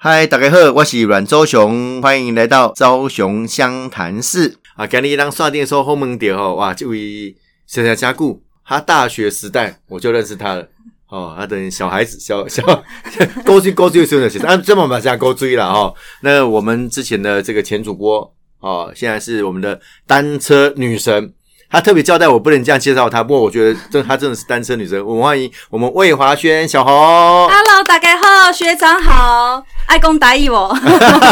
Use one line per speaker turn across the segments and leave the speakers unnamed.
嗨，大家好，我是阮周雄，欢迎来到周雄湘潭市啊。今日当刷店的时候后门点哦，哇，这位现在加固，他大学时代我就认识他了。哦，啊，等小孩子小 小勾追勾追的时候呢，其实啊，这么把这样勾追了哦。那我们之前的这个前主播哦，现在是我们的单车女神，她特别交代我不能这样介绍她，不过我觉得真她真的是单车女神。我们欢迎我们魏华轩小红。
Hello，大家好，学长好，爱公打义 我。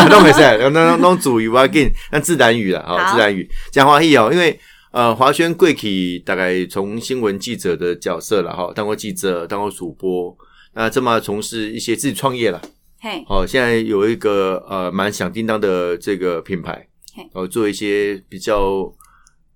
弄没事，弄弄弄主语啊，给那自然语了，好，
好
自然语讲华裔哦，因为呃，华轩贵体大概从新闻记者的角色了哈，当过记者，当过主播，那这么从事一些自己创业了，
嘿，
哦，现在有一个呃蛮响叮当的这个品牌
嘿，
哦，做一些比较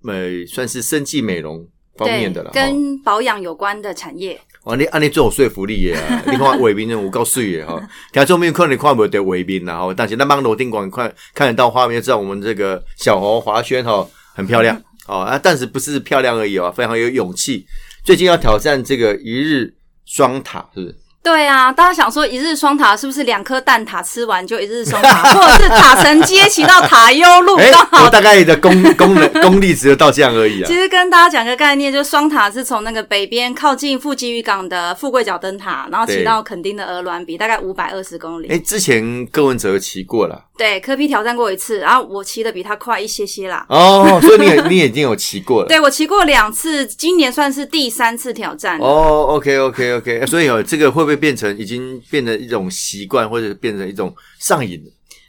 呃算是生计美容方面的了，哦
跟保养有关的产业，
哇，哦你安尼最有说服力耶、 啊！你看伟斌有够水的吼，听众朋友可能看不到伟斌啦吼，但是咱网络顶广看看得到画面，就知道我们这个小红华轩吼很漂
嗯
亮哦啊，但是不是漂亮而已哦，非常有勇气。最近要挑战这个一日双塔，是不是？
对啊，大家想说一日双塔是不是两颗蛋塔吃完就一日双 塔，或者是塔神街骑到塔悠路
哎、
哦刚好
我大概的 功功能功力只有到这样而已啊
其。实跟大家讲个概念，就是双塔是从那个北边靠近富基渔港的富贵角灯塔，然后骑
对
到垦丁的鹅銮鼻，大概五百二十公里。
哎、之前柯文哲骑过 了
对，科比挑战过一次，然后我骑的比他快一些些啦。
哦，所以你也你也已经有骑过了。
对我骑过两次，今年算是第三次挑战。
哦，OK，OK，OK、o k OK OK，所以哦，这个会不会变成已经变成一种习惯，或者变成一种上瘾？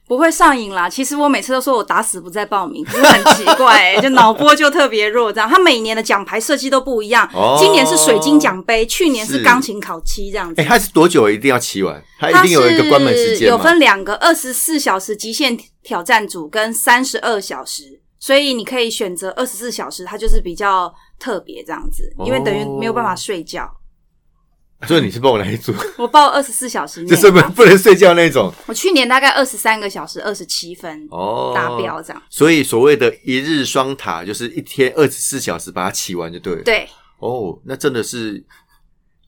不会上瘾啦。其实我每次都说我打死不再报名，可是很奇怪、欸， 就脑波就特别弱这样。他每年的奖牌设计都不一样，
哦
今年是水晶奖杯，去年是
是
钢琴烤漆这样子
哎、。它是多久一定要骑完？它
它
一定有一个关门时
是
间
有
吗？
分两个二十四小时极限挑战组跟三十二小时，所以你可以选择二十四小时，它就是比较特别这样子，
哦
因为等于没有办法睡觉。
所以你是帮我来一组，
我报二十四小时内
就是不
嘛，
不能睡觉那种
我去年大概二十三个小时二十七分
哦，
达标。这样。
所以所谓的一日双塔，就是一天二十四小时把它骑完就对了。
对，
哦，那真的是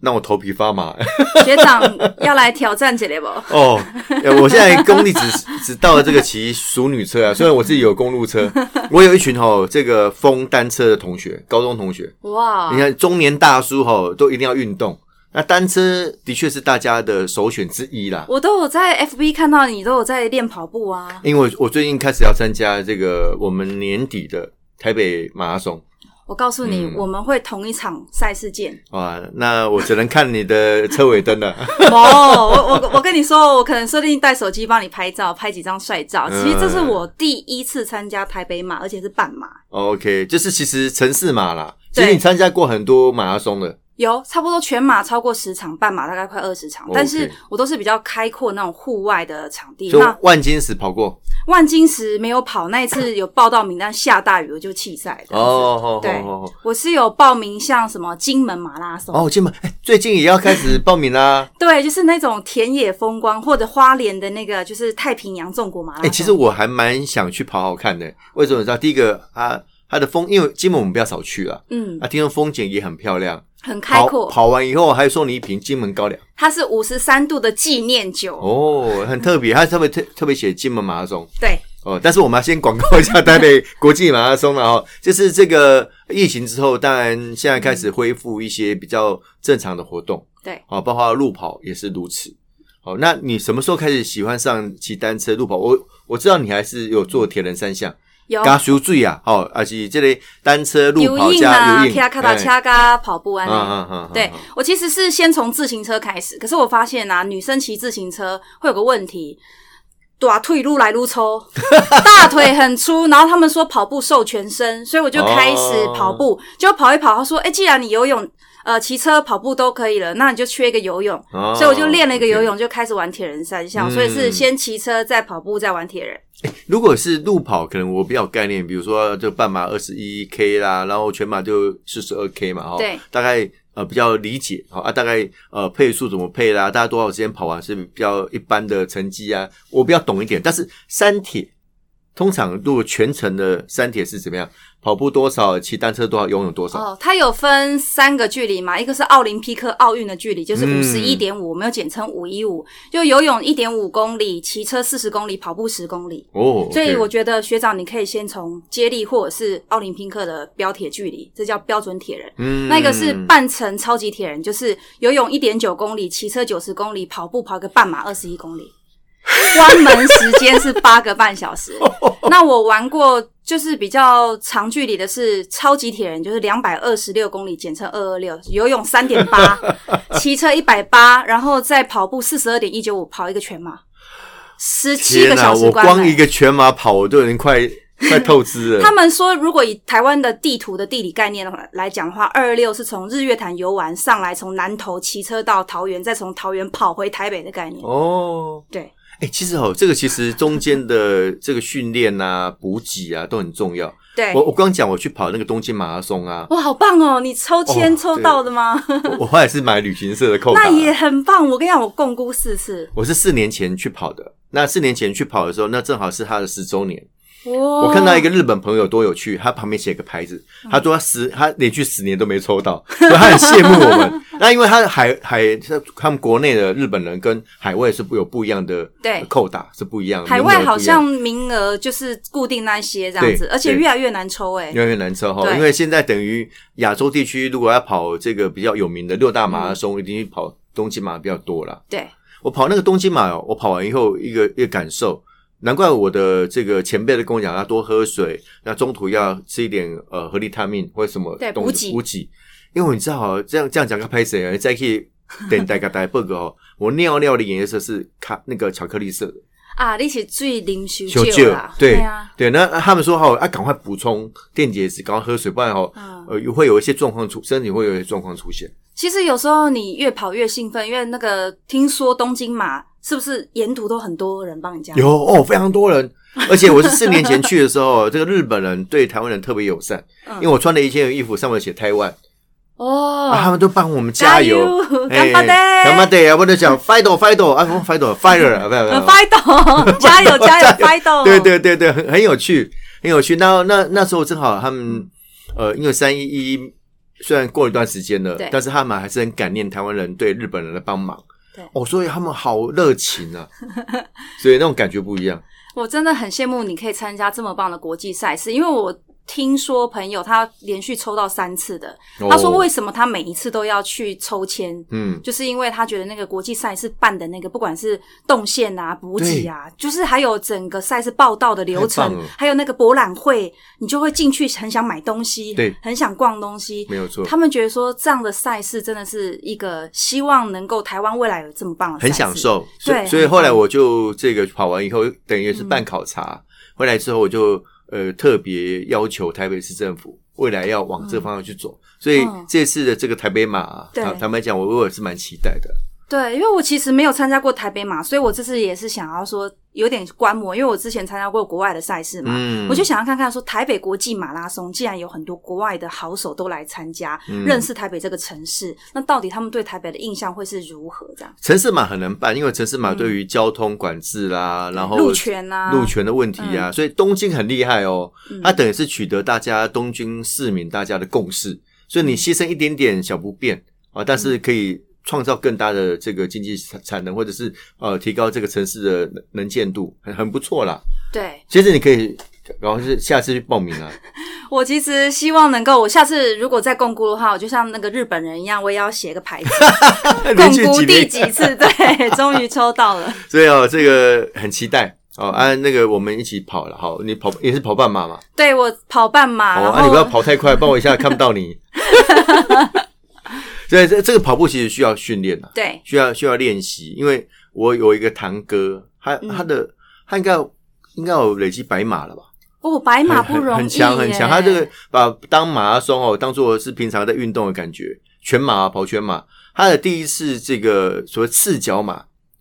让我头皮发麻。
学长要来挑战这类不？
哦，呃我现在功力只 只到了这个骑熟女车啊，虽然我自己有公路车，我有一群哦这个风单车的同学，高中同学，
哇
你，看中年大叔吼、都一定要运动，那单车的确是大家的首选之一啦。
我都有在 FB 看到你都有在练跑步啊，
因为我我最近开始要参加这个我们年底的台北马拉松
我告诉你，
嗯
我们会同一场赛事见。
啊，那我只能看你的车尾灯了。
哦， 我我我跟你说，我可能设定带手机帮你拍照，拍几张帅照。
嗯
其实这是我第一次参加台北马，而且是半马，
OK，就是其实城市马啦，其实
对嗯
你参加过很多马拉松的，
有差不多全马超过十场，半马大概快二十场
哦 OK，
但是我都是比较开阔那种户外的场地。
就
那
万金石跑过。
万金石没有跑，那一次有报到名，但下大雨我就弃赛。这样子
哦，好
对
好好。
我是有报名像什么金门马拉松，
哦，金门、哎，最近也要开始报名 啦。
对，就是那种田野风光或者花莲的那个，就是太平洋纵谷马拉
哎、
松。
其实我还蛮想去跑跑看的。为什么？你知道，第一个啊，它的风，因为金门我们不要少去啊，
嗯，
啊，听说风景也很漂亮，
很开
跑
阔，
跑完以后还送你一瓶金门高粱，
它是五十三度的纪念酒。
哦，很特别，它特别特特别写金门马拉松。
对，
哦，但是我们要先广告一下台北国际马拉松了哦， 就是这个疫情之后，当然现在开始恢复一些比较正常的活动，
对，
哦，包括路跑也是如此。哦，那你什么时候开始喜欢上骑单车路跑？我我知道你还是有做铁人三项，
有
加修醉啊，哦，而且这类单车路跑
游泳
加
啊，
游泳，
卡卡达
哎，
掐嘎跑步啊
嗯
那种。
嗯嗯，嗯
对，我其实是先从自行车开始，可是我发现啊，女生骑自行车会有个问题，短腿撸来撸 抽，大腿很粗，然后他们说跑步瘦全身，所以我就开始跑
哦
步，就跑一跑，他说，哎、既然你游泳。呃，骑车、跑步都可以了，那你就缺一个游泳，
哦
所以我就练了一个
OK
游泳，就开始玩铁人三项，所以是
嗯
先骑车，再跑步，再玩铁人。
如果是路跑，可能我比较有概念，比如说就半马二十一 K 啦，然后全马就四十二 K 嘛，哈，
对，
大概呃比较理解，好啊，大概呃配速怎么配啦，大家多啊少时间跑完是比较一般的成绩啊，我比较懂一点，但是三铁通常如果全程的山铁是怎么样？跑步多少，骑单车多少，游泳多少？
哦，它有分三个距离嘛，一个是奥林匹克奥运的距离，就是
嗯
五十一点五，我们又简称五一五，就游泳一点五公里，骑车四十公里，跑步十公里。
哦，
所以
OK
我觉得学长，你可以先从接力或者是奥林匹克的标铁距离，这叫标准铁人。
嗯
那一个是半程超级铁人，就是游泳一点九公里，骑车九十公里，跑步跑个半马二十一公里，关门时间是八个半 小时。那我玩过就是比较长距离的是超级铁人，就是两百二十六公里，简称二二六，游泳三点八，骑车一百八，然后再跑步四十二点一九五，跑一个全马，十七
天
个小时
我
关门。
光一个全马跑，我都已经快快透支了。
他们说，如果以台湾的地图的地理概念来讲的话，二二六是从日月潭游玩上来，从南投骑车到桃园，再从桃园跑回台北的概念。
哦，
对，
哎、其实哦，这个其实中间的这个训练啊、补给啊都很重要。
对，
我我刚讲我去跑那个东京马拉松 啊，
哇，好棒哦！你抽签
哦
抽到的吗？
我我后来是买旅行社的扣打
那，也很棒。我跟你讲，我共估四次。
我是四年前去跑的。那四年前去跑的时候，那正好是他的十周年。
哇，嗯
我
我
看到一个日本朋友多有趣，他旁边写个牌子，他说他十他连续十年都没抽到，所以他很羡慕我 们。那因为他的海海他们国内的日本人跟海外是不有不一样的
对
扣打是不一样，
海
名额
外
不
好
一样
像名额就是固定那些这样子
对，
而且
对
越来越难抽哎、
越来越难抽哈，
对
因为现在等于亚洲地区如果要跑这个比较有名的六大马拉松，一定去跑东京马比较多啦。
对，
我跑那个东京马哦，我跑完以后一个一个感受，难怪我的这个前辈都跟我讲，要多喝水，那中途要吃一点呃合力他命或什么
对
东
补给
补给，因为你知道哦，这样这样讲个拍谁啊？再去等大家大报告哦，我尿尿的颜色是咖那个巧克力色的，
啊，你是最零修
求
旧
救
啦，，
对
啊，
对，那那他们说好啊，赶快补充电解质，赶快喝水，不然哦，
嗯。
呃，会有一些状况出，身体会有一些状况出现。
其实有时候你越跑越兴奋，因为那个听说东京马是不是沿途都很多人帮你加油？
有哦，非常多人，而且我是四年前去的时候，这个日本人对台湾人特别友善，
嗯
因为我穿了一件衣服，上面写台湾，
哦，
啊，他们都帮我们加油，哎
干巴的，
干巴得，我就讲 fight fight 啊，不 fight fire 啊，不要不要
呃，fight，加油加油，fight，
对，对对对，很很有趣，很有趣。那那那时候正好他们呃，因为三一一虽然过了一段时间了
对，
但是他们还是很感念台湾人对日本人的帮忙。
对
哦，所以他们好热情 啊，所以那种感觉不一样。
我真的很羡慕你可以参加这么棒的国际赛事，因为我听说朋友他连续抽到三次的，他说
哦
为什么他每一次都要去抽签？
嗯，
就是因为他觉得那个国际赛事办的那个，不管是动线啊、补给啊，就是还有整个赛事报道的
太
流程
棒了，
还有那个博览会，你就会进去很想买东西，
对
很想逛东西。
没有错，
他们觉得说这样的赛事真的是一个希望能够台湾未来有这么棒的赛
很
事，
享受。所
对
以所以
很
后来
棒嗯
我就这个跑完以后，等于是办考察，回来之后我就呃特别要求台北市政府未来要往这方向去走。所以
嗯
这次的这个台北马啊，
对
坦坦白讲，我我也是蛮期待的。
对，因为我其实没有参加过台北马，所以我这次也是想要说有点观摩，因为我之前参加过国外的赛事嘛，
嗯
我就想要看看说台北国际马拉松既然有很多国外的好手都来参加，
嗯
认识台北这个城市，那到底他们对台北的印象会是如何？这样
城市码很难办，因为城市码对于交通管制啦，然后
嗯路权啊，
路权的问题啊，所以东京很厉害哦，
嗯
它等于是取得大家东京市民大家的共识，所以你牺牲一点点小不便啊，但是可以创造更大的这个经济产产能，或者是呃提高这个城市的能能见度，很很不错啦。
对。
其实你可以，然后是下次去报名啊，
我其实希望能够，我下次如果再共估的话，我就像那个日本人一样，我也要写个牌子，共
哎连续
估第
名
几次， 对，终于抽到了。
所以哦，这个很期待哦，啊，那个我们一起跑了，好，你跑也是跑半马嘛，
对我跑半马，
哦，
然后、
啊，你不要跑太快，不然我一下看不到你。 所以这这个跑步其实需要训练啊，
对，
需要需要练习，因为我有一个堂哥，他
嗯
他的他应该有应该有累积百马了吧？
哦，白马不
很
容易
很强很强。他这
耶
个把当马拉松哦当做是平常在运动的感觉，全马、啊、跑全马。他的第一次这个所谓赤脚马，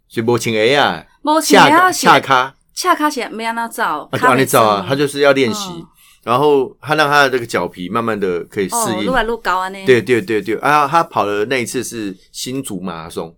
所以我请 A 啊，
没钱
下下
要写，
咖，
恰卡写没让他照，
啊，就
咖
让
啡
你找啊
色，
他就是要练习
嗯，
然后他让他的这个脚皮慢慢的可以适
哦，
应
撸。来撸高啊呢，
对，对对对，啊，他跑的那一次是新竹马拉松，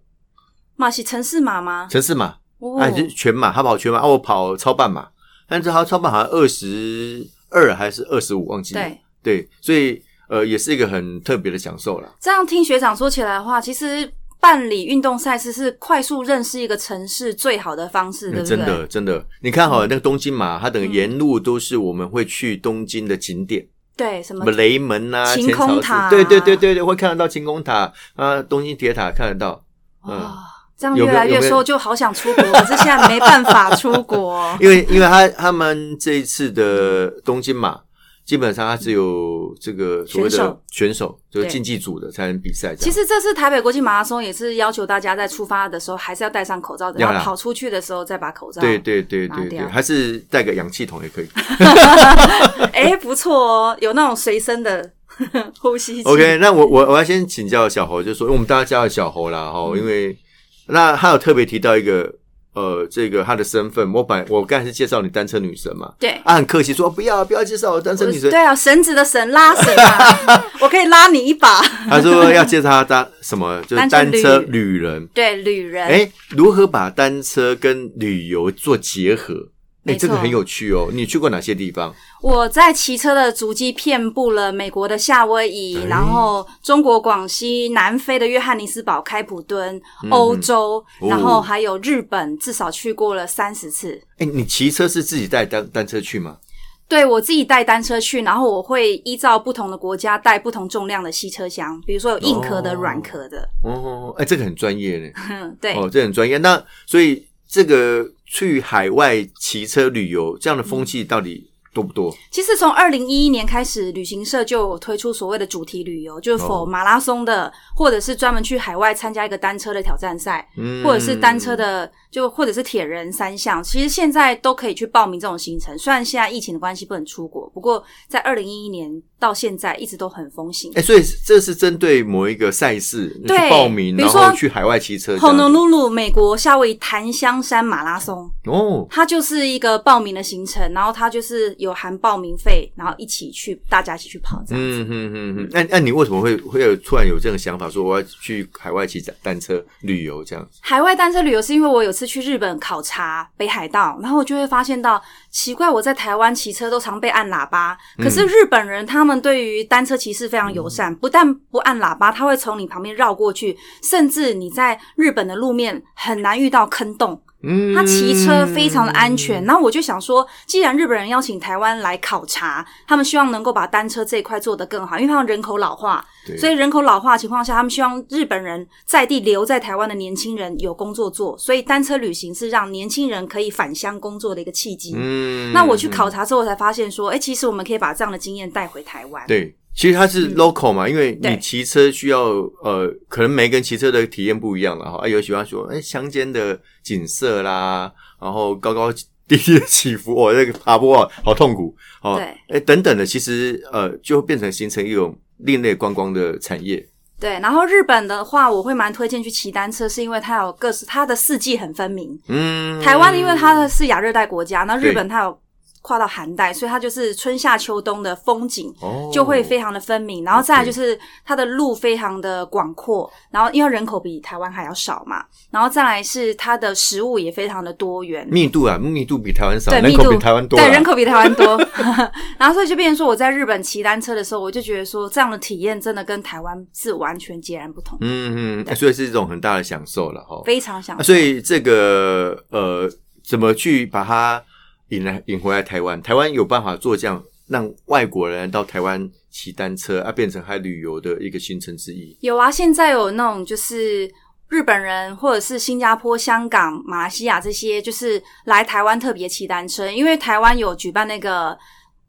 马是城市马吗？
城市马，
哦
啊啊，就是全马，他跑全马，啊，我跑超半马，但是他超棒好像二十二还是二十五，忘记了。
对，
对，所以呃，也是一个很特别的享受啦。
这样听学长说起来的话，其实办理运动赛事是快速认识一个城市最好的方式，
嗯
对不对？嗯
真的，真的，你看好了那个东京嘛，它整个沿路都是我们会去东京的景点，
对，什
什
么
么雷门啊、
晴
浅草
空
寺
塔
对对对对对，会看得到晴空塔啊、东京铁塔看得到，嗯，
哇，这样
有
越
没有
来
有
越
没有。
说就好想出国，可是现在没办法出国
因为因为他他们这一次的东京嘛，基本上它只有这个所谓
选
的
手
选手，就是
对
竞技组的才能比赛。
其。实这次台北国际马拉松也是要求大家在出发的时候还是要戴上口罩的，
要
然
啦
后跑出去的时候再把口罩。
对对对
拿
对对，
掉
还是带个氧气筒也可 以。
哎、不错哦，有那种随身的 呼吸机。
OK，那我我我要先请教小侯，就是说因为我们大家叫他小侯啦，
嗯
哈，因为那他有特别提到一个呃，这个他的身份，我本我刚才是介绍你单车女神嘛，
对。
啊，很客气说不要不要介绍我单车女神，
对啊，绳子的绳拉绳 啊，我可以拉你一把。
他说要介绍他 当什么，就是单
单车
车
旅
旅人，
对，旅人，
哎，如何把单车跟旅游做结合？哎，
没错
这个很有趣哦，你去过哪些地方？
我在骑车的足迹遍布了美国的夏威夷，
哎
然后中国广西、南非的约翰尼斯堡、开普敦、欧洲，
嗯哦
然后还有日本，至少去过了三十次。
哎，你骑车是自己带单单车去吗？
对我自己带单车去，然后我会依照不同的国家带不同重量的吸车箱，比如说有硬壳的、
哦
软壳的。
哦，哎，这个很专业呢。
哼，对，
哦，这很专业。那所以这个去海外骑车旅游这样的风气到底多不多？
其实从二零一一年开始，旅行社就有推出所谓的主题旅游，就是
哦
否马拉松的，或者是专门去海外参加一个单车的挑战赛，
嗯
或者是单车的，就或者是铁人三项。其实现在都可以去报名这种行程，虽然现在疫情的关系不能出国，不过在二零一一年到现在一直都很风行
哎、。所以这是针对某一个赛事你去
对
报名，
比
然
如说
后去海外骑车这样子。
Honolulu 美国夏威夷檀香山马拉松，
哦，
它就是一个报名的行程，然后它就是有含报名费，然后一起去，大家一起去跑这样。
嗯哼哼哼，那那你为什么会会有突然有这种想法，说我要去海外骑单车旅游这样子？
海外单车旅游是因为我有次去日本考察北海道，然后我就会发现到奇怪，我在台湾骑车都常被按喇叭，可是日本人他们对于单车骑士非常友善，不但不按喇叭，他会从你旁边绕过去，甚至你在日本的路面很难遇到坑洞，
嗯
他骑车非常的安全。然后我就想说，既然日本人邀请台湾来考察，他们希望能够把单车这一块做得更好，因为他们人口老化，
对
所以人口老化的情况下，他们希望日本人在地留在台湾的年轻人有工作做，所以单车旅行是让年轻人可以返乡工作的一个契机。
嗯
那我去考察之后才发现说，哎、其实我们可以把这样的经验带回台湾。
对，其实它是 local 嘛，因为你
嗯对
骑车需要呃，可能每个人骑车的体验不一样了哈。啊，有喜欢说，哎，乡间的景色啦，然后高高低低的起伏，哦，那个爬坡啊，好痛苦哦，
对
哎，等等的，其实呃，就变成形成一种另类观光的产业。
对，然后日本的话，我会蛮推荐去骑单车，是因为它有各式它的四季很分明。
嗯，
台湾因为它的是亚热带国家，那
对
日本它有跨到寒带，所以它就是春夏秋冬的风景。
哦
就会非常的分明，然后再来就是它的路非常的广阔，然后因为人口比台湾还要少嘛，然后再来是它的食物也非常的多元，
密度啊，密度比台湾少，
对，
人
密
口
度
比台湾多啦，啊
对，人口比台 湾多。 然后所以就变成说，我在日本骑单车的时候，我就觉得说，这样的体验真的跟台湾是完全截然不同，
嗯嗯，哎所以是一种很大的享受了哈。
非常想
啊、。所以这个呃，怎么去把它引来引回来台湾？台湾有办法做这样，让外国人到台湾骑单车啊，变成他旅游的一个行程之一。
有啊，现在有那种就是日本人或者是新加坡、香港、马来西亚这些，就是来台湾特别骑单车，因为台湾有举办那个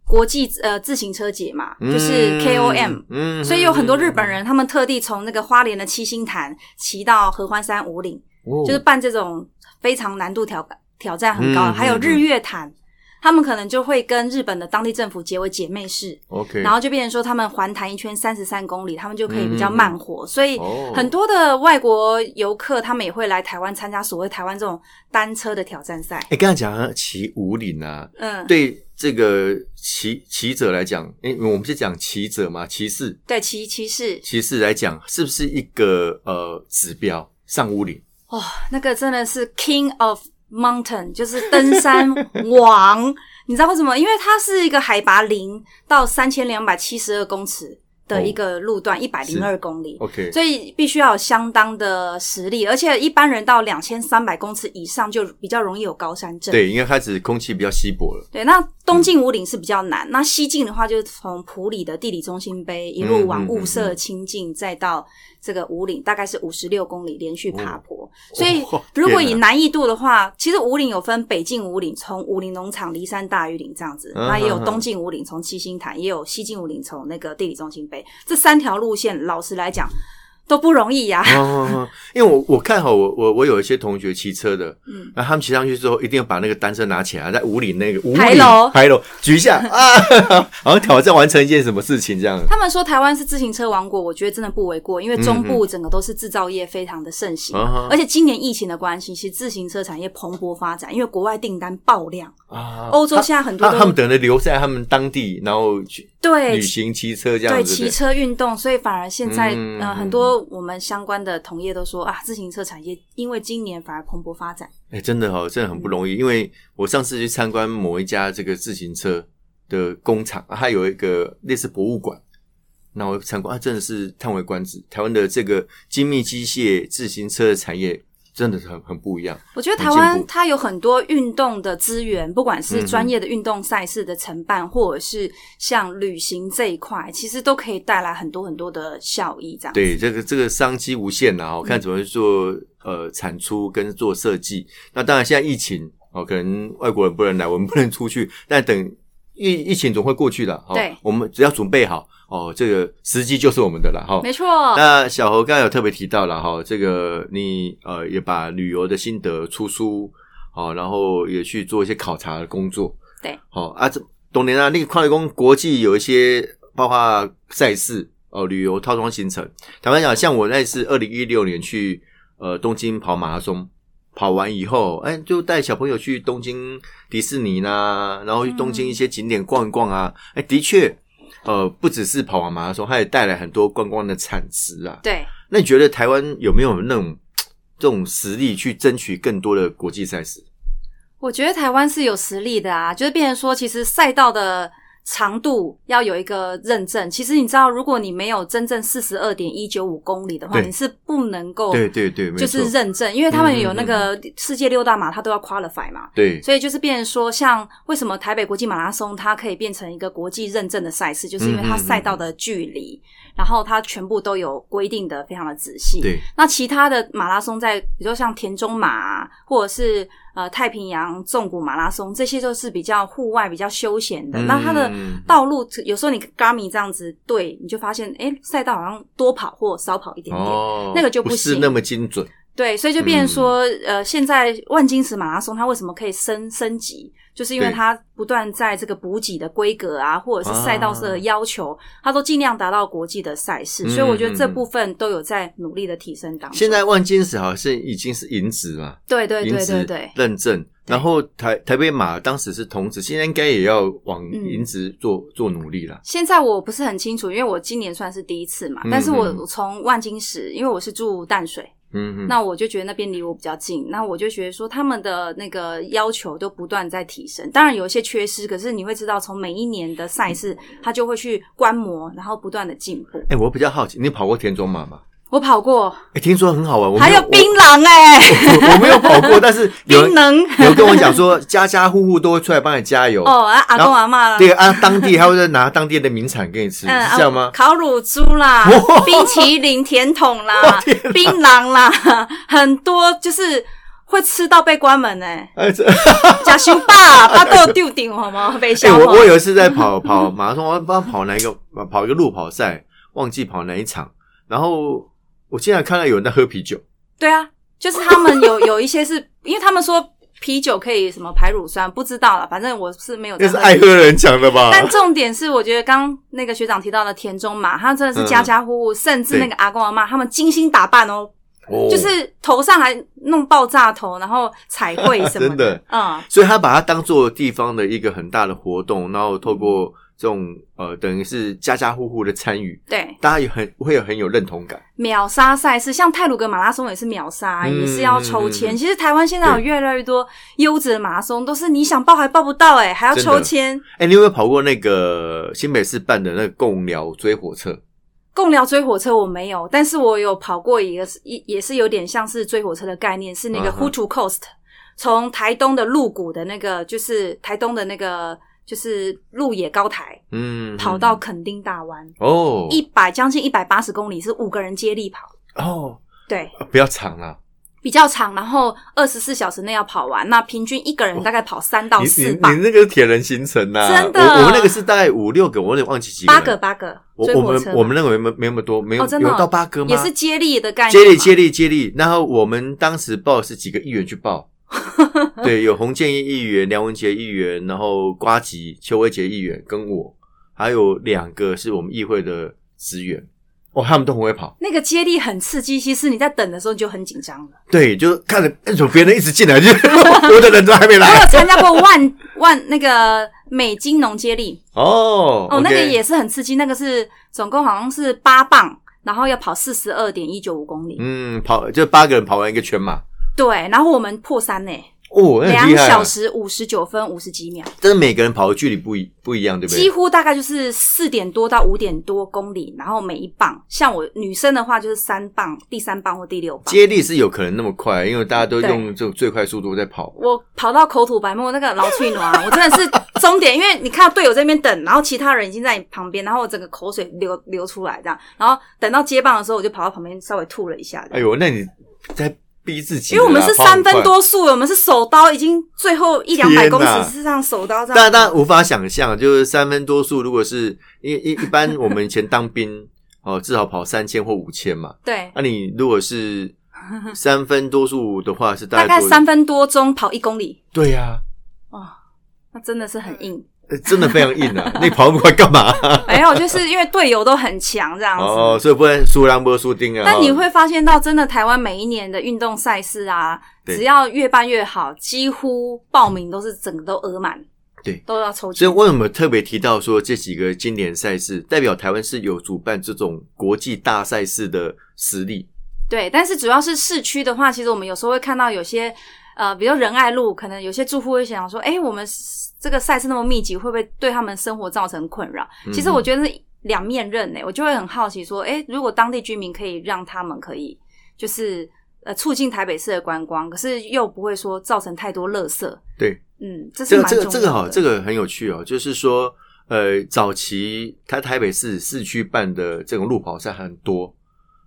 国际呃自行车节嘛，就是 KOM。
嗯
所以有很多日本、人，他们特地从那个花莲的七星潭骑到合欢山五岭，
哦
就是办这种非常难度挑挑战很高的。
嗯
还有
嗯
日月潭，他们可能就会跟日本的当地政府结为姐妹市，
OK，
然后就变成说他们环潭一圈三十三公里，他们就可以比较慢活，所以
嗯哦
很多的外国游客他们也会来台湾参加所谓台湾这种单车的挑战赛。
哎，刚才讲到骑五岭啊，
嗯，
对这个骑骑者来讲，哎，我们是讲骑者嘛，骑士
对，骑骑士
骑士来讲，是不是一个呃指标上五岭？
哦，那个真的是 King of mountain，就是登山王。 你知道为什么？因为它是一个海拔零到三千两百七十二公尺
哦
的一个路段，一百零二公里。
OK，
所以必须要有相当的实力，而且一般人到两千三百公尺以上就比较容易有高山症。
对，因为开始空气比较稀薄了，
对，那
嗯
东进五岭是比较难，那西进的话就是从普里的地理中心碑一
嗯
路往雾社清境，再到这个五岭，大概是五十六公里连续爬坡。所以
哦
如果
天
以
哪
难易度的话，其实五岭有分北进五岭，从五岭农场、骊山大庾岭这样子，
嗯
那也有
嗯嗯
东进五岭从七星潭，也有西进五岭从那个地理中心碑，这三条路线，老实来讲都不容易呀、
哦，因为我我看好我我我有一些同学骑车的，
嗯，
那他们骑上去之后，一定要把那个单车拿起来，在五岭那个五
牌
岭
楼
牌楼举一下啊，好像挑战完成一件什么事情这样。
他们说台湾是自行车王国，我觉得真的不为过，因为中部整个都是制造业非常的盛行，
嗯哼
而且今年疫情的关系，其实自行车产业蓬勃发展，因为国外订单爆量，
啊，
欧洲现在很多
他
都
他们等着留在他们当地，然后去
对
旅行骑车这
对
样子。
骑车运动，所以反而现在、
嗯
呃很多我们相关的同业都说啊，自行车产业因为今年反而蓬勃发展，
哎、真的哦，真的很不
嗯
容易。因为我上次去参观某一家这个自行车的工厂，啊它有一个类似博物馆，那我参观啊，真的是叹为观止。台湾的这个精密机械自行车的产业真的是很很不一样。
我觉得
很
台
进
湾
步
它有很多运动的资源，不管
嗯
是
哼
专业的运动赛事的承办，或者是像旅行这一块，其实都可以带来很多很多的效益。这样子
对，这个这个商机无限呐、我看怎么去做呃产出跟做设计。那当然现在疫情哦，可能外国人不能来，我们不能出去，但等疫疫情总会过去的。哦、
对
我们只要准备好哦，这个时机就是我们的了哦哈。
没错，
那小侯刚才有特别提到了哈，这个你呃也把旅游的心得出书，好、然后也去做一些考察的工作，
对，
好、啊，这董年啊，那个跨雷工国际有一些包括赛事哦、旅游套装行程，坦白讲，像我那次二零一六年去呃东京跑马拉松。跑完以后，哎，就带小朋友去东京迪士尼啦、然后去东京一些景点逛一逛啊。哎、的确，呃，不只是跑完马拉松，它也带来很多观光的产值啊。
对，
那你觉得台湾有没有那种这种实力去争取更多的国际赛事？
我觉得台湾是有实力的啊，就是变成说，其实赛道的长度要有一个认证。其实你知道，如果你没有真正四十二点一九五公里的话，
对
你是不能够
对对对，没
哦就
错，嗯
是认证，因为他们有那个世界六大马，它都要 qualify 嘛。
对，
所以就是变成说，像为什么台北国际马拉松它可以变成一个国际认证的赛事，就是因为
嗯
它赛道的距离，然后它全部都有规定的非常的仔细。
对
那其他的马拉松在，比如说像田中马、啊，或者是呃太平洋纵谷马拉松，这些都是比较户外、比较休闲的。
嗯
那它的道路有时候你 Gami 这样子对，你就发现哎，诶赛道好像多跑或少跑一点点。
哦，
那个就不
不是
行
那么精准。
对，所以就变成说，
嗯
呃，现在万金石马拉松它为什么可以升升级，就是因为
对
它不断在这个补给的规格啊，或者是赛道
啊
的要求，它都尽量达到国际的赛事，
嗯
所以我觉得这
嗯嗯
部分都有在努力的提升当中。
现在万金石好像已经是银质了，
对对
银
对对
质
对，
认证。然后台台北马当时是铜质，现在应该也要往
嗯
银质做、做努力了。
现在我不是很清楚，因为我今年算是第一次嘛，
嗯
但是
嗯
我从万金石，因为我是住淡水，
嗯嗯，
那我就觉得那边离我比较近，那我就觉得说他们的那个要求都不断在提升，当然有一些缺失，可是你会知道从每一年的赛事，
嗯
他就会去观摩，然后不断的进步。
哎、我比较好奇，你跑过田中马吗？
我跑过，
哎、听说很好玩，我没
还有
我
槟榔哎、
我我没有跑过，但是
槟
有人
榔
有跟我讲说，家家户户都会出来帮你加油。
哦，啊阿
然后
公阿妈啦，
对啊，当地还会再拿当地的名产给你吃，
嗯，
是这样吗
啊？烤乳猪啦
哇，
冰淇淋、甜筒啦，槟榔啦， 很多就是会吃到被关门哎、
哎，这
假熊爸巴豆丢丢好吗？被
哎
笑
我
话
我有一次在跑跑马拉松，我不知道跑哪一个跑一个路跑赛，忘记跑哪一场，然后我竟然看到有人在喝啤酒，
对啊，就是他们有 有一些是因为他们说啤酒可以什么排乳酸，不知道啦，反正我是没有
那
在
是
喝。
爱啊喝的人讲的吧？
但重点是，我觉得刚那个学长提到的田中马，他真
嗯
的是家家户户，甚至那个阿公阿妈，他们精心打扮哦，
哦
就是头上还弄爆炸头，然后彩绘什 么
真的
嗯，
所以他把它当做地方的一个很大的活动，然后透过这种呃，等于是家家户户的参与，
对，
大家也很会有很有认同感。
秒杀赛事，像泰鲁格马拉松也是秒杀，
嗯
也是要抽签。
嗯嗯
其实台湾现在有
对
越来越多优质的马拉松，都是你想报还报不到、哎，还要
真的
抽签。
哎、你有没有跑过那个新北市办的那个共寮追火车？
共聊追火车我没有，但是我有跑过一个一也是有点像是追火车的概念，是那个
嗯哼
Who to Coast，从、台东的鹿谷的那个，就是台东的那个就是鹿野高台，
嗯，
跑到垦丁大湾，
哦
一百将近一百八十公里，是五个人接力跑，
哦，
对，
啊不要长啦，
比较长，然后二十四小时内要跑完，那平均一个人大概跑三到
哦你你
四
你
棒，
那个是铁人行程呐、
真的
我我们那个是大概五六个，我有点忘记几个
八
人
个。八个
我
追
我
火车
们
嘛，
我们那个没没那么多，没有、
哦真的哦
有到八个吗？
也是接力的概念，
接力接，力接力，然后我们当时报是几个议员去报， 对，有洪建义议员、梁文杰议员，然后瓜吉、邱威杰议员跟我，还有两个是我们议会的职员，哦，他们都很会跑，
那个接力很刺激，其实你在等的时候你就很紧张了。
对，就是看着哎怎么别人一直进来，就 我的人都还没
我有
来，
参加过万 万那个美金农接力，
哦，
哦，那个
OK
也是很刺激，那个是总共好像是八磅，然后要跑四十二点一九五公里，
嗯，跑就八个人跑完一个圈嘛，
对，然后我们破三呢、
哦，那
两
很厉害、啊
小，时五十九分五十几秒，
但是每个人跑的距离不一不一样，对不
几
对？
乎大概就是四点多到五点多公里，然后每一磅，像我女生的话就是三磅，第三磅或第六磅。
接力是有可能那么快，因为大家都
对
用这种最快速度在跑。
我跑到口吐白沫，那个老翠暖，我真的是终点，因为你看到队友在那边等，然后其他人已经在你旁边，然后我整个口水流流出来这样，然后等到接棒的时候，我就跑到旁边稍微吐了一下这样
哎呦，那你在逼自己
因
了啦，
为我们是三分
跑很快，
多速，我们是手刀，已经最后一两百
天哪
公尺是这样手刀这样。
但但无法想象，就是三分多数，如果是一一一般我们以前当兵 哦，至少跑三千或五千嘛。
对，
那、你如果是三分多数的话，是大
大
概
概
多
三分多钟跑一公里，
对呀、
那真的是很硬。
呃真的非常硬 啊！那你跑那么快干嘛？
没有，就是因为队友都很强这样子。
哦，所以不能输狼不输丁啊。
但你
哦
会发现到，真的台湾每一年的运动赛事啊，
对
只要越办越好，几乎报名都是整个都额满，
对
都要
所以
抽签。
为什么特别提到说这几个经典赛事，代表台湾是有主办这种国际大赛事的实力？
对，但是主要是市区的话，其实我们有时候会看到有些呃，比如仁爱路，可能有些住户会想说，哎，我们这个赛事那么密集，会不会对他们生活造成困扰？其
嗯
实我觉得是两面刃呢、我就会很好奇说，哎，如果当地居民可以让他们可以就是呃促进台北市的观光，可是又不会说造成太多垃圾。
对，
嗯，这
这
是
个
蛮
这
重要
个
的。
这个好，这个很有趣哦，就是说，呃，早期它台北市市区办的这种路跑赛很多，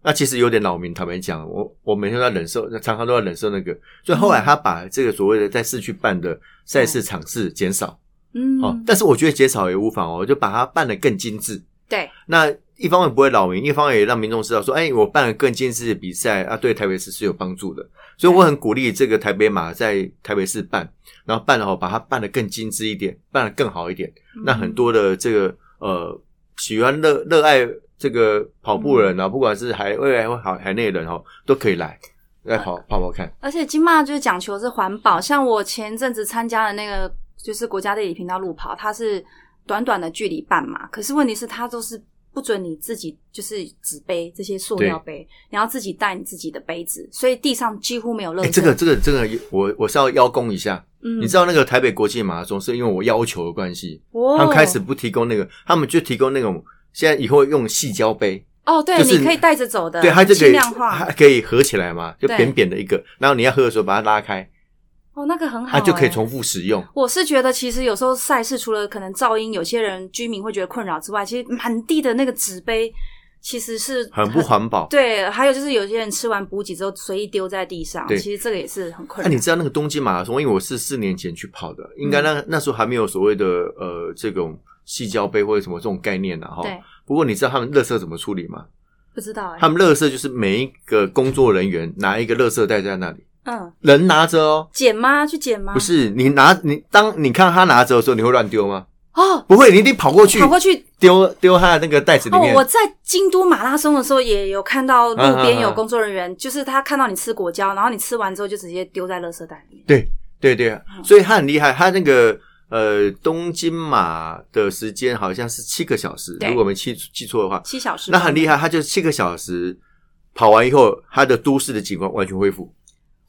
那其实有点扰民。坦白讲，我我每天都要忍受，常常都要忍受那个，所以后来他把这个所谓的在市区办的赛事场次减少、
嗯，
哦，但是我觉得减少也无妨哦，就把它办得更精致。
对
那一方面不会扰民，一方面也让民众知道说，哎，我办了更精致的比赛啊，对台北市是有帮助的。所以我很鼓励这个台北马在台北市办，然后办了后把它办得更精致一点，办得更好一点。那很多的这个呃喜欢热热爱这个跑步的人啊，不管是海未来或海海内的人哦，都可以来来跑跑跑看。
而且金马就是讲求是环保，像我前阵子参加的那个就是国家地理频道路跑，它是短短的距离半马，可是问题是它都是不准你自己就是纸杯这些塑料杯，你要自己带你自己的杯子，所以地上几乎没有垃
哎，
圾。
这个这个这个，我我是要邀功一下。
嗯，
你知道那个台北国际马拉松是因为我要求的关系，
哦，
他们开始不提供那个，他们就提供那种现在以后用细胶杯，
哦，对，
就是
你可以带着走的，
对，它就可
轻
以
量化
它，可以合起来嘛，就
对
扁扁的一个，然后你要喝的时候把它拉开，
哦，那个很好、
它就可以
哎
重复使用。
我是觉得，其实有时候赛事除了可能噪音，有些人居民会觉得困扰之外，其实满地的那个纸杯其实是
很不环保。
对。还有就是有些人吃完补给之后随意丢在地上，
对
其实这个也是很
那、
困
啊
扰。
你知道那个东京马拉松？因为我是四年前去跑的，应该
嗯
那、那时候还没有所谓的呃这种细胶杯或者什么这种概念啊、哈。
对，
不过你知道他们垃圾怎么处理吗？
不知道哎、
他们垃圾就是每一个工作人员拿一个垃圾袋在那里，
嗯，
人拿着哦，
捡吗？去捡吗？
不是你拿你当你看他拿着的时候，你会乱丢吗？
哦，
不会，你一定跑过去，
跑过去
丢丢他的那个袋子里
哦
面。，嗯
我在京都马拉松的时候也有看到路边有工作人员，就是他看到你吃果胶，然后你吃完之后就直接丢在垃圾袋里面。
对对对，所以他很厉害，他那个呃，东京马的时间好像是七个小时，
对
如果我没记记错的话，
七小时，
那很厉害，他就是七个小时跑完以后，他的都市的景观完全恢复，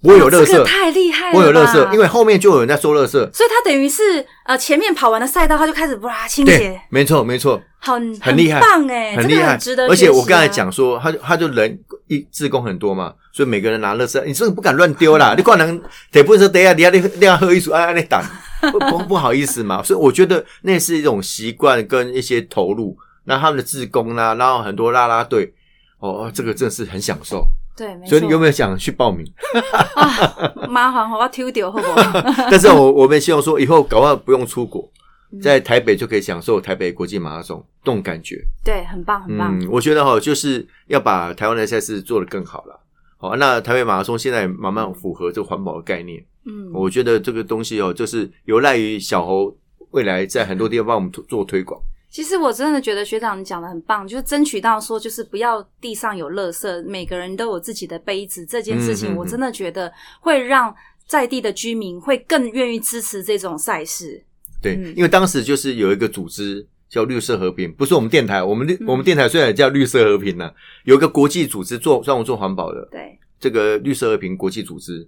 不
哇，
会有垃
哦这个
圾，
太厉害了，
不会有垃圾，因为。后面就有人在收垃圾。
所以他等于是呃，前面跑完了赛道，他就开始哇清
对
洁，，
没错，没错，
很
很厉害
棒哎，
很
这
厉
个
害，
值得。啊
而且我刚才，讲说，他就他就人一自工很多嘛，所以每个人拿垃圾，你这个不敢乱丢 啦，你不能得不是等下你要你要喝一组，哎，你挡，不不不好意思嘛。所以我觉得那是一种习惯跟一些投入，那他们的自工啦、然后很多啦啦队，哦，这个真的是很享受。
对，没
所以你有
错。
没有想去报名？
麻烦我要丢掉，好不好？
但是我我们希望说以后搞不好不用出国，
嗯
在台北就可以享受台北国际马拉松这种感觉。
对，很棒，很棒。
嗯，我觉得哈、就是要把台湾的赛事做得更好了。好，啊那台北马拉松现在慢慢符合这个环保的概念，
嗯，
我觉得这个东西哦，就是有赖于小猴未来在很多地方帮我们做做推广。
其实我真的觉得学长你讲的很棒，就是争取到说，就是不要地上有垃圾，每个人都有自己的杯子这件
嗯
事
嗯
情，
嗯
我真的觉得会让在地的居民会更愿意支持这种赛事。
对，
嗯
因为当时就是有一个组织叫绿色和平，不是我们电台，我们绿、
嗯
我们电台虽然也叫绿色和平呢、有一个国际组织做专门做环保的，
对，
这个绿色和平国际组织，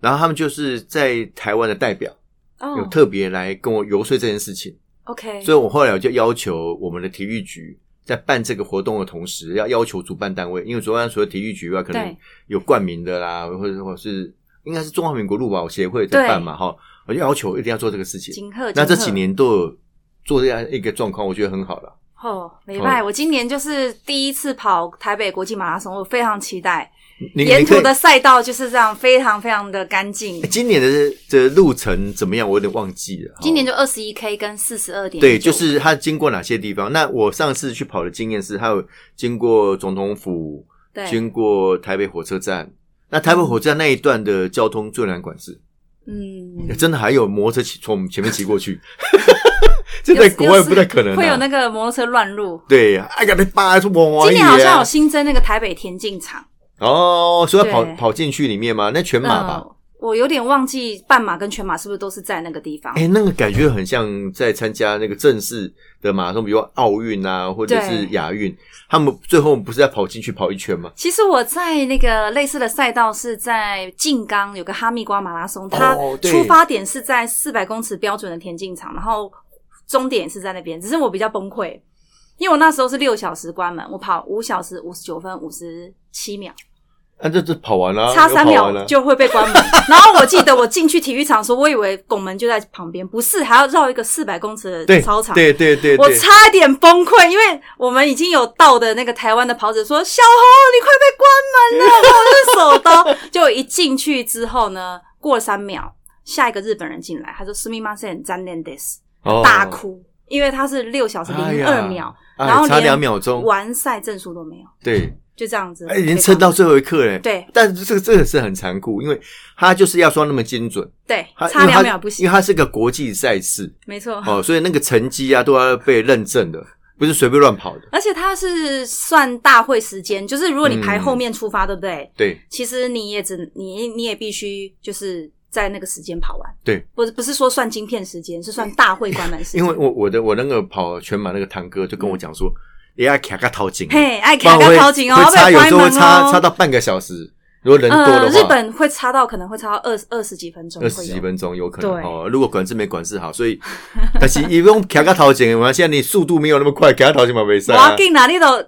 然后他们就是在台湾的代表
哦
有特别来跟我游说这件事情，
，OK，
所以我后来我就要求我们的体育局在办这个活动的同时，要要求主办单位，因为主办单位除了体育局以外，可能
对
有冠名的啦，或者或者是应该是中华民国路保协会在办嘛，哈，我就要求一定要做这个事情。
景鹤，
那这
景鹤
几年都有做这样一个状况，我觉得很好了。
哦，没办
哦
我今年就是第一次跑台北国际马拉松，我非常期待。
你
沿
你可
途
以
的赛道就是这样，非常非常的干净
欸。今年的这路程怎么样？我有点忘记了。哈
今年就二十一 K 跟四十二点，
对，就是它经过哪些地方？那我上次去跑的经验是，它有经过总统府，
对，
经过台北火车站。那台北火车站那一段的交通最难管制，
嗯，
真的还有摩托车骑从我们前面骑过去， 这在国外不太可能、啊。
会有那个摩托车乱入。
对呀，哎呀，你爸是汪汪
今年好像有新增那个台北田径场，
哦，所以要跑
对
跑进去里面吗？那全马吧？
嗯，我有点忘记半马跟全马是不是都是在那个地方？
哎、那个感觉很像在参加那个正式的马拉松，比如说奥运啊，或者是
对
亚运，他们最后不是要跑进去跑一圈吗？
其实我在那个类似的赛道是在静冈有个哈密瓜马拉松，它
哦对
出发点是在四百公尺标准的田径场，然后终点是在那边。只是我比较崩溃，因为我那时候是六小时关门，我跑五小时五十九分五十七秒，
啊，这这跑完了、
差
又
三
跑完
秒
了
就会被关 门。然后我记得我进去体育场的时候，我以为拱门就在旁边，不是，还要绕一个四百公尺的
对
操场。
对对对
我
对，
差一点崩溃，因为我们已经有到的那个台湾的跑者说：“小红，你快被关门了，我的手刀。”就一进去之后呢，过了三秒，下一个日本人进来，他说 s m i m a s e n z a n e n d e s
哦
大哭，因为他是六小时
哎
零二
呀
秒，
哎
然后
差
连
两秒钟，
完赛证书都没有，
对，
就这样子，
哎，已经撑到最后一刻嘞。，
对
但是这个这个是很残酷，因为他就是要说那么精准，
对
他，
差两秒不
因
行，
为它是个国际赛事
没错。
哦，所以那个成绩啊都要被认证的，不是随便乱跑的。
而且他是算大会时间，就是如果你排后面出发，对不对？
对，
其实你也只你你也必须就是在那个时间跑完。
对，
不是不是说算晶片时间，是算大会关门时 间。
因为我我的我那个跑全马那个堂哥就跟我讲说，也要卡卡掏紧，
嘿，爱
不然
卡
会
卡超紧哦，
会
要
差
被
有
关
时候
门
会
哦。
差差到半个小时，如果人多
呃，
的话，
日本会差到可能会差到二二十几分钟，
二十几。分钟有可能
对
哦。如果管制没管制好，所以但是也不用卡卡掏钱，我现在你速度没有那么快，卡卡掏钱嘛没事
我
啊
要。进哪里都呃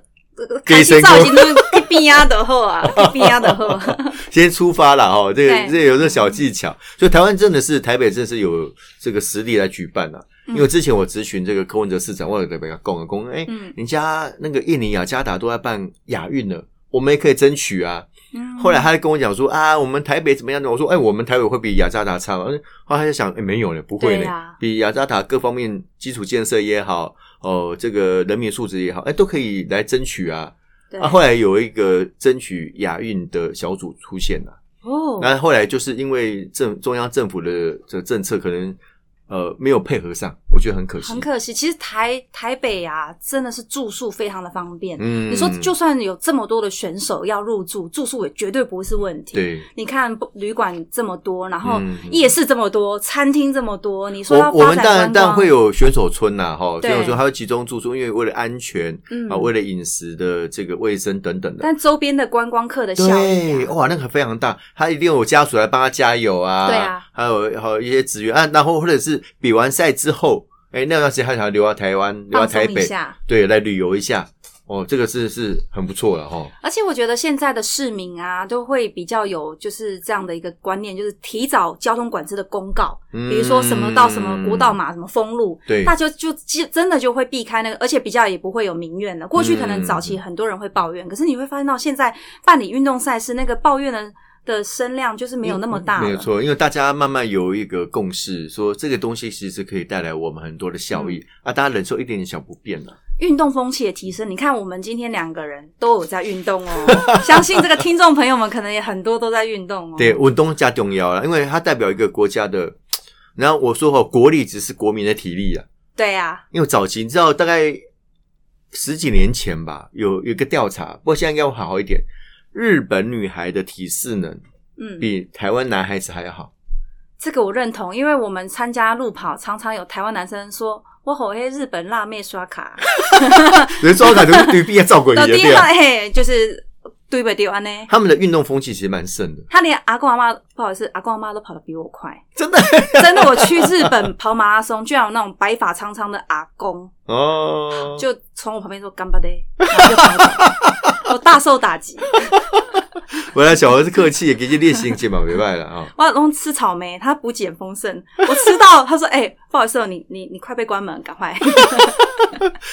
给
开
神
始
功
造型都一边啊的好啊，一边啊的好。
先出发啦，哦，这个
对
这个有这小技巧，所以台湾真的是台北真的是有这个实力来举办啊。因为之前我咨询这个柯文哲市长，我有跟他讲啊，讲哎，
嗯
人家那个印尼雅加达都在办亚运了，我们也可以争取啊。
嗯
后来他就跟我讲说啊，我们台北怎么样呢？我说哎、我们台北会比雅加达差吗？后来他就想，哎、没有呢，不会呢，
对啊
比雅加达各方面基础建设也好，哦，这个人民素质也好，哎、都可以来争取啊。
对
啊，后来有一个争取亚运的小组出现了，啊
哦，
那后来就是因为政中央政府的这政策可能呃没有配合上，我觉得很可惜
很。可惜。其实台台北啊，真的是住宿非常的方便。
嗯
你说就算有这么多的选手要入住，住宿也绝对不是问题。
对，
你看不旅馆这么多，然后
嗯
夜市这么多，餐厅这么多，你说
我
要
我
发
们
展
当然
观
当然
光，
会有选手村呐、哈，
对
选手村还有集中住宿，因为为了安全、
嗯
啊，为了饮食的这个卫生等等的。
但周边的观光客的效益、
对，哦
啊，
哇，那个非常大，他一定有家属来帮他加油啊，
对啊，
还有还有一些职员啊，然后或者是比完赛之后，哎，那段时间他想要留到台湾，留到
放
啊台
松一
北，
下。
对，来旅游一下，哦，这个是是很不错了哈、
而且我觉得现在的市民啊，都会比较有就是这样的一个观念，就是提早交通管制的公告，
嗯
比如说什么到什么国道，嘛，什么封路，
对
大家就就真的就会避开那个，而且比较也不会有民怨了。过去可能
嗯
早期很多人会抱怨，可是你会发现到现在办理运动赛事，那个抱怨的的声量就是没有那么大
嗯
了。
没有错，因为大家慢慢有一个共识，说这个东西其实可以带来我们很多的效
嗯
益、啊，大家忍受一点点小不便啊了。
运动风气的提升，你看我们今天两个人都有在运动哦， 相信这个听众朋友们可能也很多都在运动哦。
对，运动加重要啊了，因为它代表一个国家的。然后我说哦，国力只是国民的体力啊，
对啊，
因为早期你知道大概十几年前吧，有有一个调查，不过现在应该会好一点。日本女孩的体适能
嗯，
比台湾男孩子还要好，
这个我认同，因为我们参加路跑，常常有台湾男生说：“我好黑日本辣妹刷卡。
人说感觉对比要照 顾”你
到
的
第一
对
个
啊。
嘿，就是对不对安呢？
他们的运动风气其实蛮盛的，
他连阿公阿妈不好意思，阿公阿妈都跑得比我快。
真的
真的，我去日本跑马拉松，居然有那种白发苍苍的阿公，
哦。
就从我旁边说干巴的，然后就跑 走我大受打击。
本来小儿子客气，给你练习节嘛，没办了啊。
我老公吃草莓，他补给很丰盛，我吃到他说：“哎、不好意思、哦，你你你快被关门，赶快。”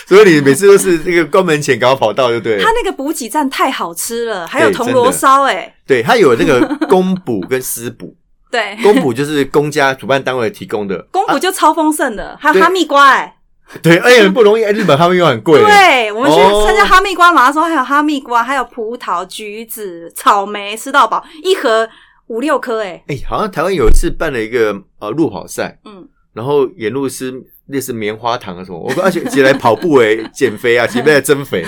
所以你每次都是那个关门前赶快跑到，就 对了
他。那个补给站太好吃了，还有
对
铜锣烧，哎，
对，他有那个公补跟私补，
对，
公补就是公家主办单位提供的。
公补就超丰盛的，还有
对
哈密瓜，哎，
对，哎、很不容易，哎日本他们又很贵。
对，我们
哦
去参加哈密瓜马拉松，还有哈密瓜，还有葡萄、橘子、草莓，吃到饱，一盒五六颗，哎，
哎、好像台湾有一次办了一个呃路跑赛，
嗯，
然后沿路是类似棉花糖啊什么，我说而且姐来跑步哎、 减肥啊，姐妹在增肥、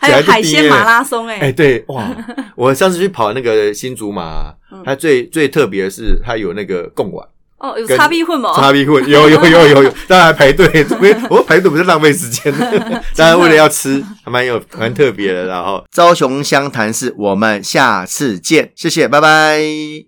还有海鲜马拉松，
哎、
哎，
对，哇！我上次去跑那个新竹马
嗯，
它最最特别的是它有那个贡丸。
哦，有
跟
叉 B 混吗？
擦 屁股，有有有有有，当然排队，没我说排队不是浪费时 间，当然为了要吃，还蛮有蛮特别的。然后，朝雄湘潭市，我们下次见，谢谢，拜拜。